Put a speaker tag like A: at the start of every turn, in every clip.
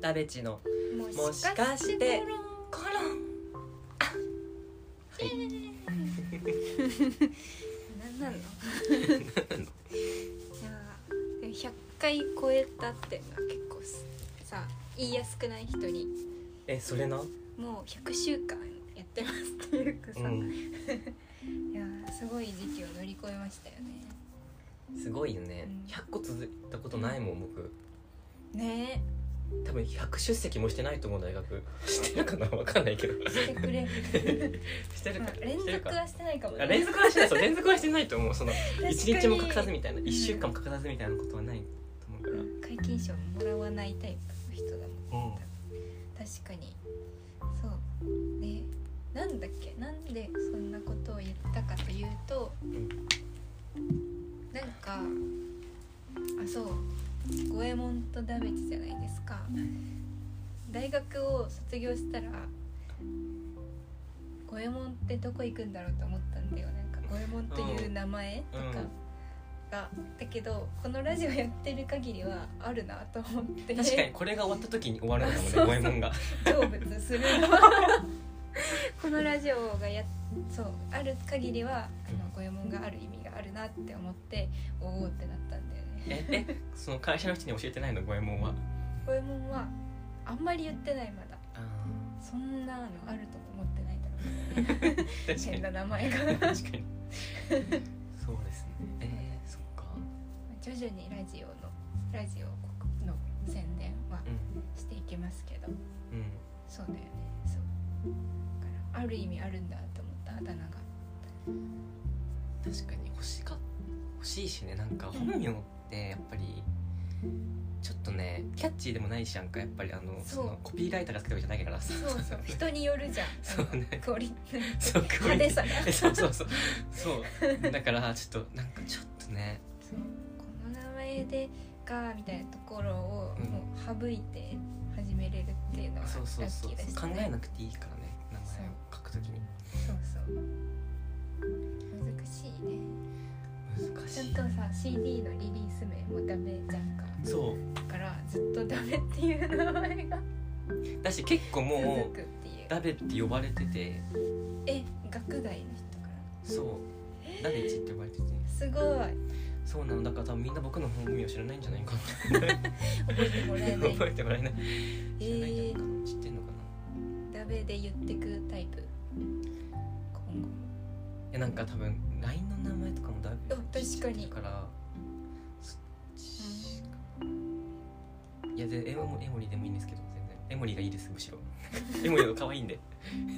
A: ダベチの
B: もしかして
A: コロン
B: 何なの いやーでも100回超えたってのは結構すさ言いやすくない人に
A: えそれな
B: もう100週間やってますっていうかさ、
A: うん
B: いやーすごい時期を乗り越えましたよね
A: すごいよね
B: うん
A: 100個続いたことないもん僕
B: ね
A: 多分100出席もしてないと思う大学してるかなわかんないけど
B: え してくれ
A: してる
B: ま
A: か
B: あ連
A: してる
B: 続
A: か
B: はしてないかも
A: あ連続はしてないそう連続はしてないと思うその
B: 確かに
A: 一日も欠かさずみたいな
B: うん
A: 一週間も欠かさずみたいなことはないと思うからうん
B: 皆勤賞もらわないタイプの人だもん確かにそうねなんだっけなんでそんなことを言ったかというと
A: ん
B: なんかあそう五右衛門とダメチじゃないですか大学を卒業したら五右衛門ってどこ行くんだろうと思ったんだよなんか五右衛門という名前とか
A: うん
B: が、だけどこのラジオやってる限りはあるなと思って
A: 確かにこれが終わった時に終わるんだもんね
B: そう
A: 五右衛門が
B: 成仏する このラジオがやそうある限りはあの
A: うん
B: 五右衛門がある意味があるなって思っておおってなったんだよね
A: ええその会社の人に教えてないの五右衛門は
B: 五右衛門はあんまり言ってないまだ
A: あ
B: そんなのあると思ってないだろう
A: ー確か
B: 変
A: に
B: な名前が
A: 確かにそうですねえー、そっか
B: 徐々にラジオのラジオの宣伝は
A: うん
B: していきますけど
A: うん
B: そうだよねそうだからある意味あるんだと思ったあだ名が
A: 確かに欲しか欲しいしねなんか本名ってやっぱりちょっとねキャッチーでもないしなんかやっぱりあの
B: そう
A: そのコピーライターがつけたわけじゃないからさ
B: そうそう人によるじゃん
A: そうね
B: クオリティ
A: そう
B: 派手さが
A: え そうそうそうそうだからちょっとなんかちょっとね
B: そうこの名前でかみたいなところを
A: うん
B: もう省いて始めれるっていうのはラ
A: そうそう
B: ッ
A: そう
B: キーでした
A: 考
B: ね
A: えなくていいからね名前を書くときに
B: そうそう難しいね
A: 難
B: ち
A: し
B: ゃん
A: い
B: とさ CD のリリース名もダメじゃんか
A: そ
B: だからずっとダメっていう名前が
A: うだし結構も
B: 続
A: う
B: くっていう
A: ダベって呼ばれてて
B: え学外の人から
A: そうダベチって呼ばれてて
B: すごい
A: そうなのだから多分みんな僕の本名を知らないんじゃないかな
B: 覚えてもらえない
A: 覚えてもらえない
B: え
A: 知らないんじゃな
B: ー
A: いかな知ってんのかな
B: ダメで言ってくタイプ今後も
A: えなんか多分 LINE の名前とかもダベ
B: あ確かに
A: だからそっちかないやでエモエモリでもいいんですけど全然エモリがいいですむしろ エモリの可愛いんで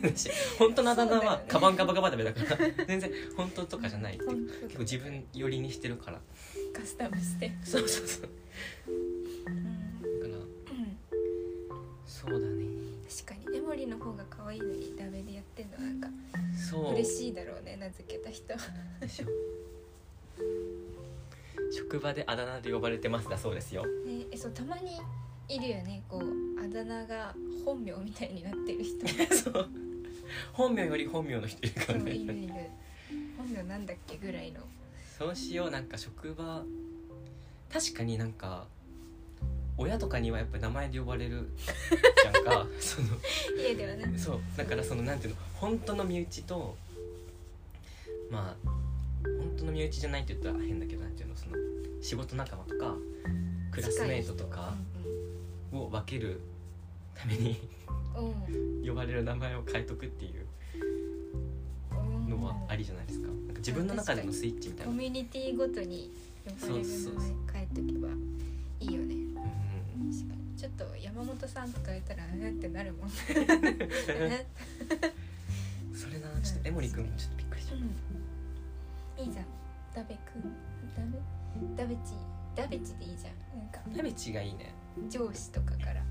A: 私本当のあだ名
B: そうだよ
A: は
B: ね
A: カバンガバガバダメだから全然本当とかじゃない
B: 本当
A: 結構自分寄りにしてるから
B: カスタムして
A: そうそうそう
B: うん
A: だからそうだね
B: 確かにエモリの方が可愛いのにダメでやってんのなんか
A: そう
B: 嬉しいだろうね名付けた人
A: でしょ職場であだ名で呼ばれてますだそうですよ
B: ねえそうたまにいるよねこうあだ名が本名みたいになってる人
A: そう本名より本名の人いるか
B: そ
A: ら
B: ういる
A: ね
B: いる本名なんだっけぐらいの
A: そうしようなんか職場確かになんか親とかにはやっぱ名前で呼ばれるじゃん かその
B: 家ではね
A: そうだからそのなんていうの本当の身内とまあ本当の身内じゃないって言ったら変だけどなんていうのその仕事仲間とかクラスメートとかを分けるために
B: 近い人うんうん
A: 呼ばれる名前を変えとくっていう
B: おー
A: のはありじゃないですかなんか自分の中でのスイッチみたい
B: コ
A: な、
B: ミュニティごとに呼ばれる
A: そうそう
B: 名
A: そう
B: 前変えとけばいいよね
A: うん
B: 確かにちょっと山本さんとか言ったらえってなるもん
A: うん、
B: ね
A: それなちょっとエモリ君ちょっとびっくりしちゃう
B: うん、いいじゃんダベくんダベダベチダベチでいいじゃんなんか
A: タベチがいいね
B: 上司とかから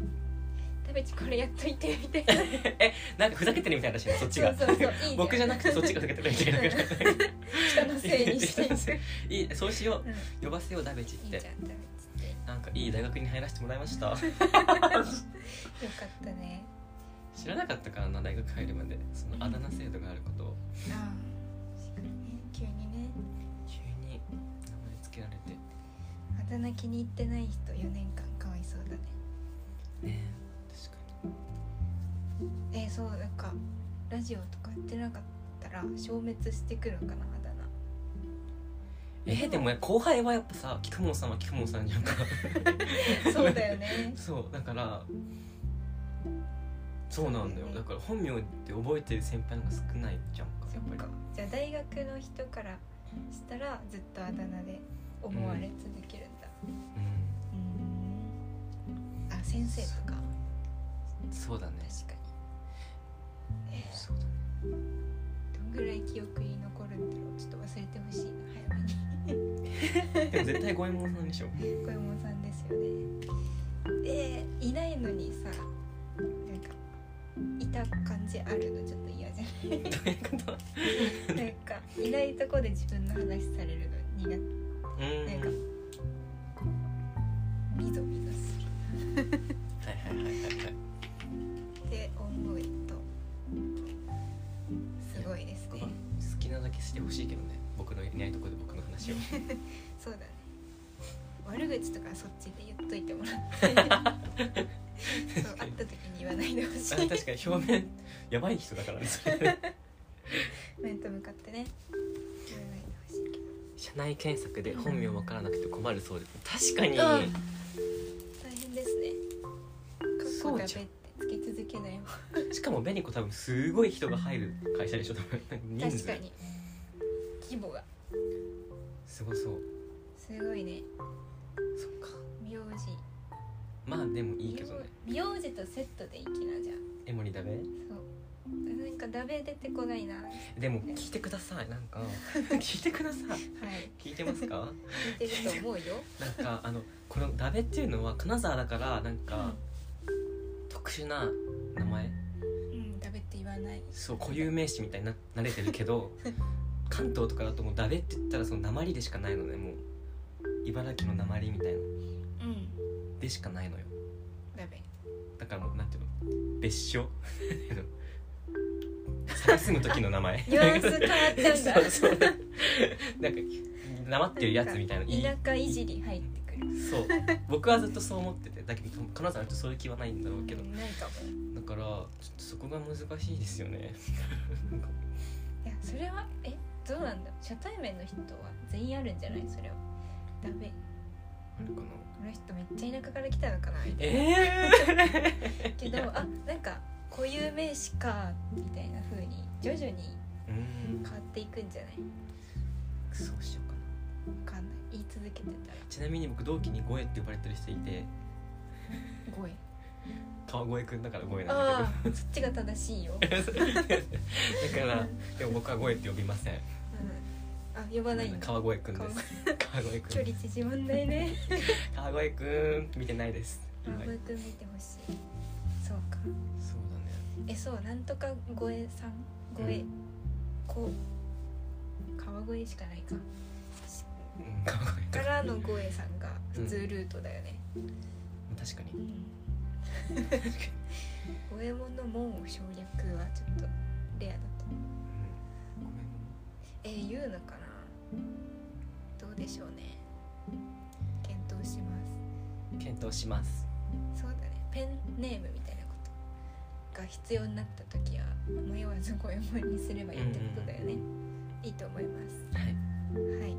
B: ダベチこれやっといてみたいな
A: なんかふざけてるみたいだしそっちが
B: そうそうそういいね
A: 僕じゃなくてそっちがふざけてる みたいな
B: 人のせいに していく、うん、
A: いいそうしよ
B: いいう
A: 呼ばせようダベチっ
B: じゃんダベ
A: て
B: チってよ
A: なんかいい大学に入らせてもらいました
B: かったね
A: 知らなかったからな大学入るまでそのあだ名制度があることを
B: ああ確かにね急にね
A: 急に名前つけられて
B: あだ名気に入ってない人4年間かわいそうだね
A: ねえ
B: えそうなんかラジオとかやってなかったら消滅してくるのかなあだ名
A: えーでもね後輩はやっぱさ菊門さんは菊門さんじゃんか
B: そうだよね
A: そうだからそうなんだよだから本名って覚えてる先輩の方が少ないじゃんか
B: そ
A: や
B: っ
A: っぱ
B: かじゃあ大学の人からしたらずっとあだ名で思われ続けるんだ
A: りう
B: うんあ先生とか
A: んそうだね
B: 確かにえ
A: そうだね
B: ーどんぐらい記憶に残るんだろうちょっと忘れてほしいな早めに
A: でも絶対五右衛門さんでしょ
B: 小山さんですよねでいないのにさなんかいた感じあるのちょっと嫌じゃ
A: どういうこと
B: ないなんかいないとこで自分の話されるの苦
A: う
B: 手なん
A: ん
B: かみぞみぞする
A: はいはいはいはいはい
B: って思うとすごいですね
A: 好きなだけしてほしいけどね僕のいないとこで僕の話 を
B: そうだね悪口とかそっちで言っといてもらってそう会った時に言わないでほし
A: あ
B: い
A: 確かに表面やばい人だからねそれ
B: 面と向かってね言わないでほしいけど
A: 社内検索で本名わからなくて困るそうです確かに、
B: うん大変ですね。
A: そ
B: そう
A: う
B: だべっ
A: じゃん
B: てつけ続けないわ。
A: しかも紅子多分すごい人が入る会社でしょ多分人
B: 確
A: 数
B: かに。規模が
A: すごそう
B: すごいね。
A: そっか
B: 名字。
A: まあでもいいけどね
B: 名名字とセットでいきなじゃん。
A: エモリだべ
B: そう。なんかダベ出てこないな。は
A: でも聞いてくださいなんか 聞いてください
B: い。
A: 聞いてますか
B: 似てると思うよ。
A: なんかあのこのダベっていうのは金沢だからなん
B: うん
A: か特殊な名前
B: うん、ダベって言わない。
A: そう固有名詞みたいにな慣れてるけ ど関東とかだともうダベって言ったらその鉛でしかないのねもう茨城の鉛みたいな
B: うん。
A: でしかないのよ
B: ダベ。
A: だからもうなんていうの別所 探すむ時の名前
B: ニュアンス変わっちゃうんだ。
A: そう そうなんかなまってるやつみたいないい
B: 田舎いじり入ってくる。
A: そう僕はずっとそう思っててだけど金沢の人そういう気はないんだろうけど
B: うんないかも。
A: だからちょっとそこが難しいですよね
B: いやそれはえどうなんだ初対面の人は全員あるんじゃないそれはダメ
A: あるかな
B: この人めっちゃ田舎から来たのかなみたい
A: え
B: なけど
A: いや
B: あなんか固有名詞かみたいな風に徐々に
A: えー、うん
B: 変わっていくんじゃない
A: そうしようかな
B: わかんない言い続けてたら
A: ちなみに僕同期にゴエって呼ばれてる人いて
B: 声
A: 川越くんだからゴエなんだ
B: ああそっちが正しいよ、
A: けど だから
B: う
A: でも僕はゴエって呼びません
B: ん、あ呼ばないんだ
A: 川越くんです川越く
B: 距
A: ん
B: 離縮まんないね
A: 川越くん見てないです
B: あ ご
A: はい
B: く見てほしいそうか
A: そうだね
B: えそうなんとか越えさん越え、
A: う
B: こ川越しかないか
A: うん川越く
B: か
A: ん
B: らの越えさんが普通ルートだよね、
A: 確かに
B: 五右衛門の門を省略はちょっとレアだと思う
A: うんごめ ん
B: えー言うのかなどうでしょうね検討しま
A: 検討します
B: すそうだねペンネームみたいなことが必要になった時は迷わず五右衛門にすればいいってことだよね、いいと思います
A: はい
B: はい。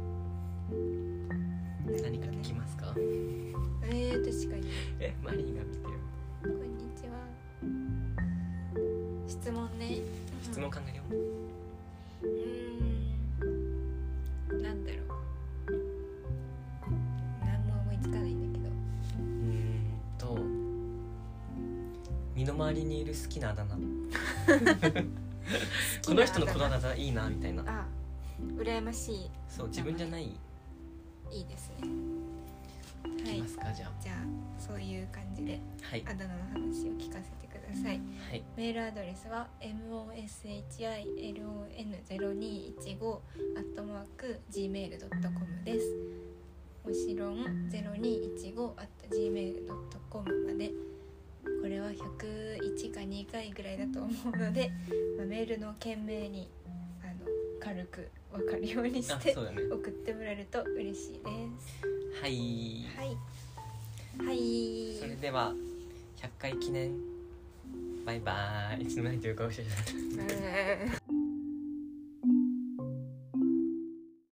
A: 何か聞きますか
B: ええ確かに。
A: えマリーが見てる
B: こんにちは。質問ね。
A: 質問。考えよう
B: うーん。なんだろう。何も思いつかないんだけど。
A: うーんと身の回りにいる好きなあだ 名この人のこのあだ名いいなみたいな
B: あ。羨ましい。
A: そう自分じゃない
B: いいですね。
A: い
B: はい
A: きま。すか、じゃ
B: じゃあ、そういう感じで、
A: あはい
B: あだ名の話を聞かせてください。
A: はい
B: メールアドレスは moshilon0215 アットマーク gmail.com ですもちろん0215アット gmail.com までこれは101か2回ぐらいだと思うの で、まあメールの件名にあの軽く分かるようにし
A: あ
B: て
A: そうだね
B: 送ってもらえると嬉しいです
A: はい
B: はいはい
A: それでは100回記念バイバーイいつの間にという顔してた
B: うん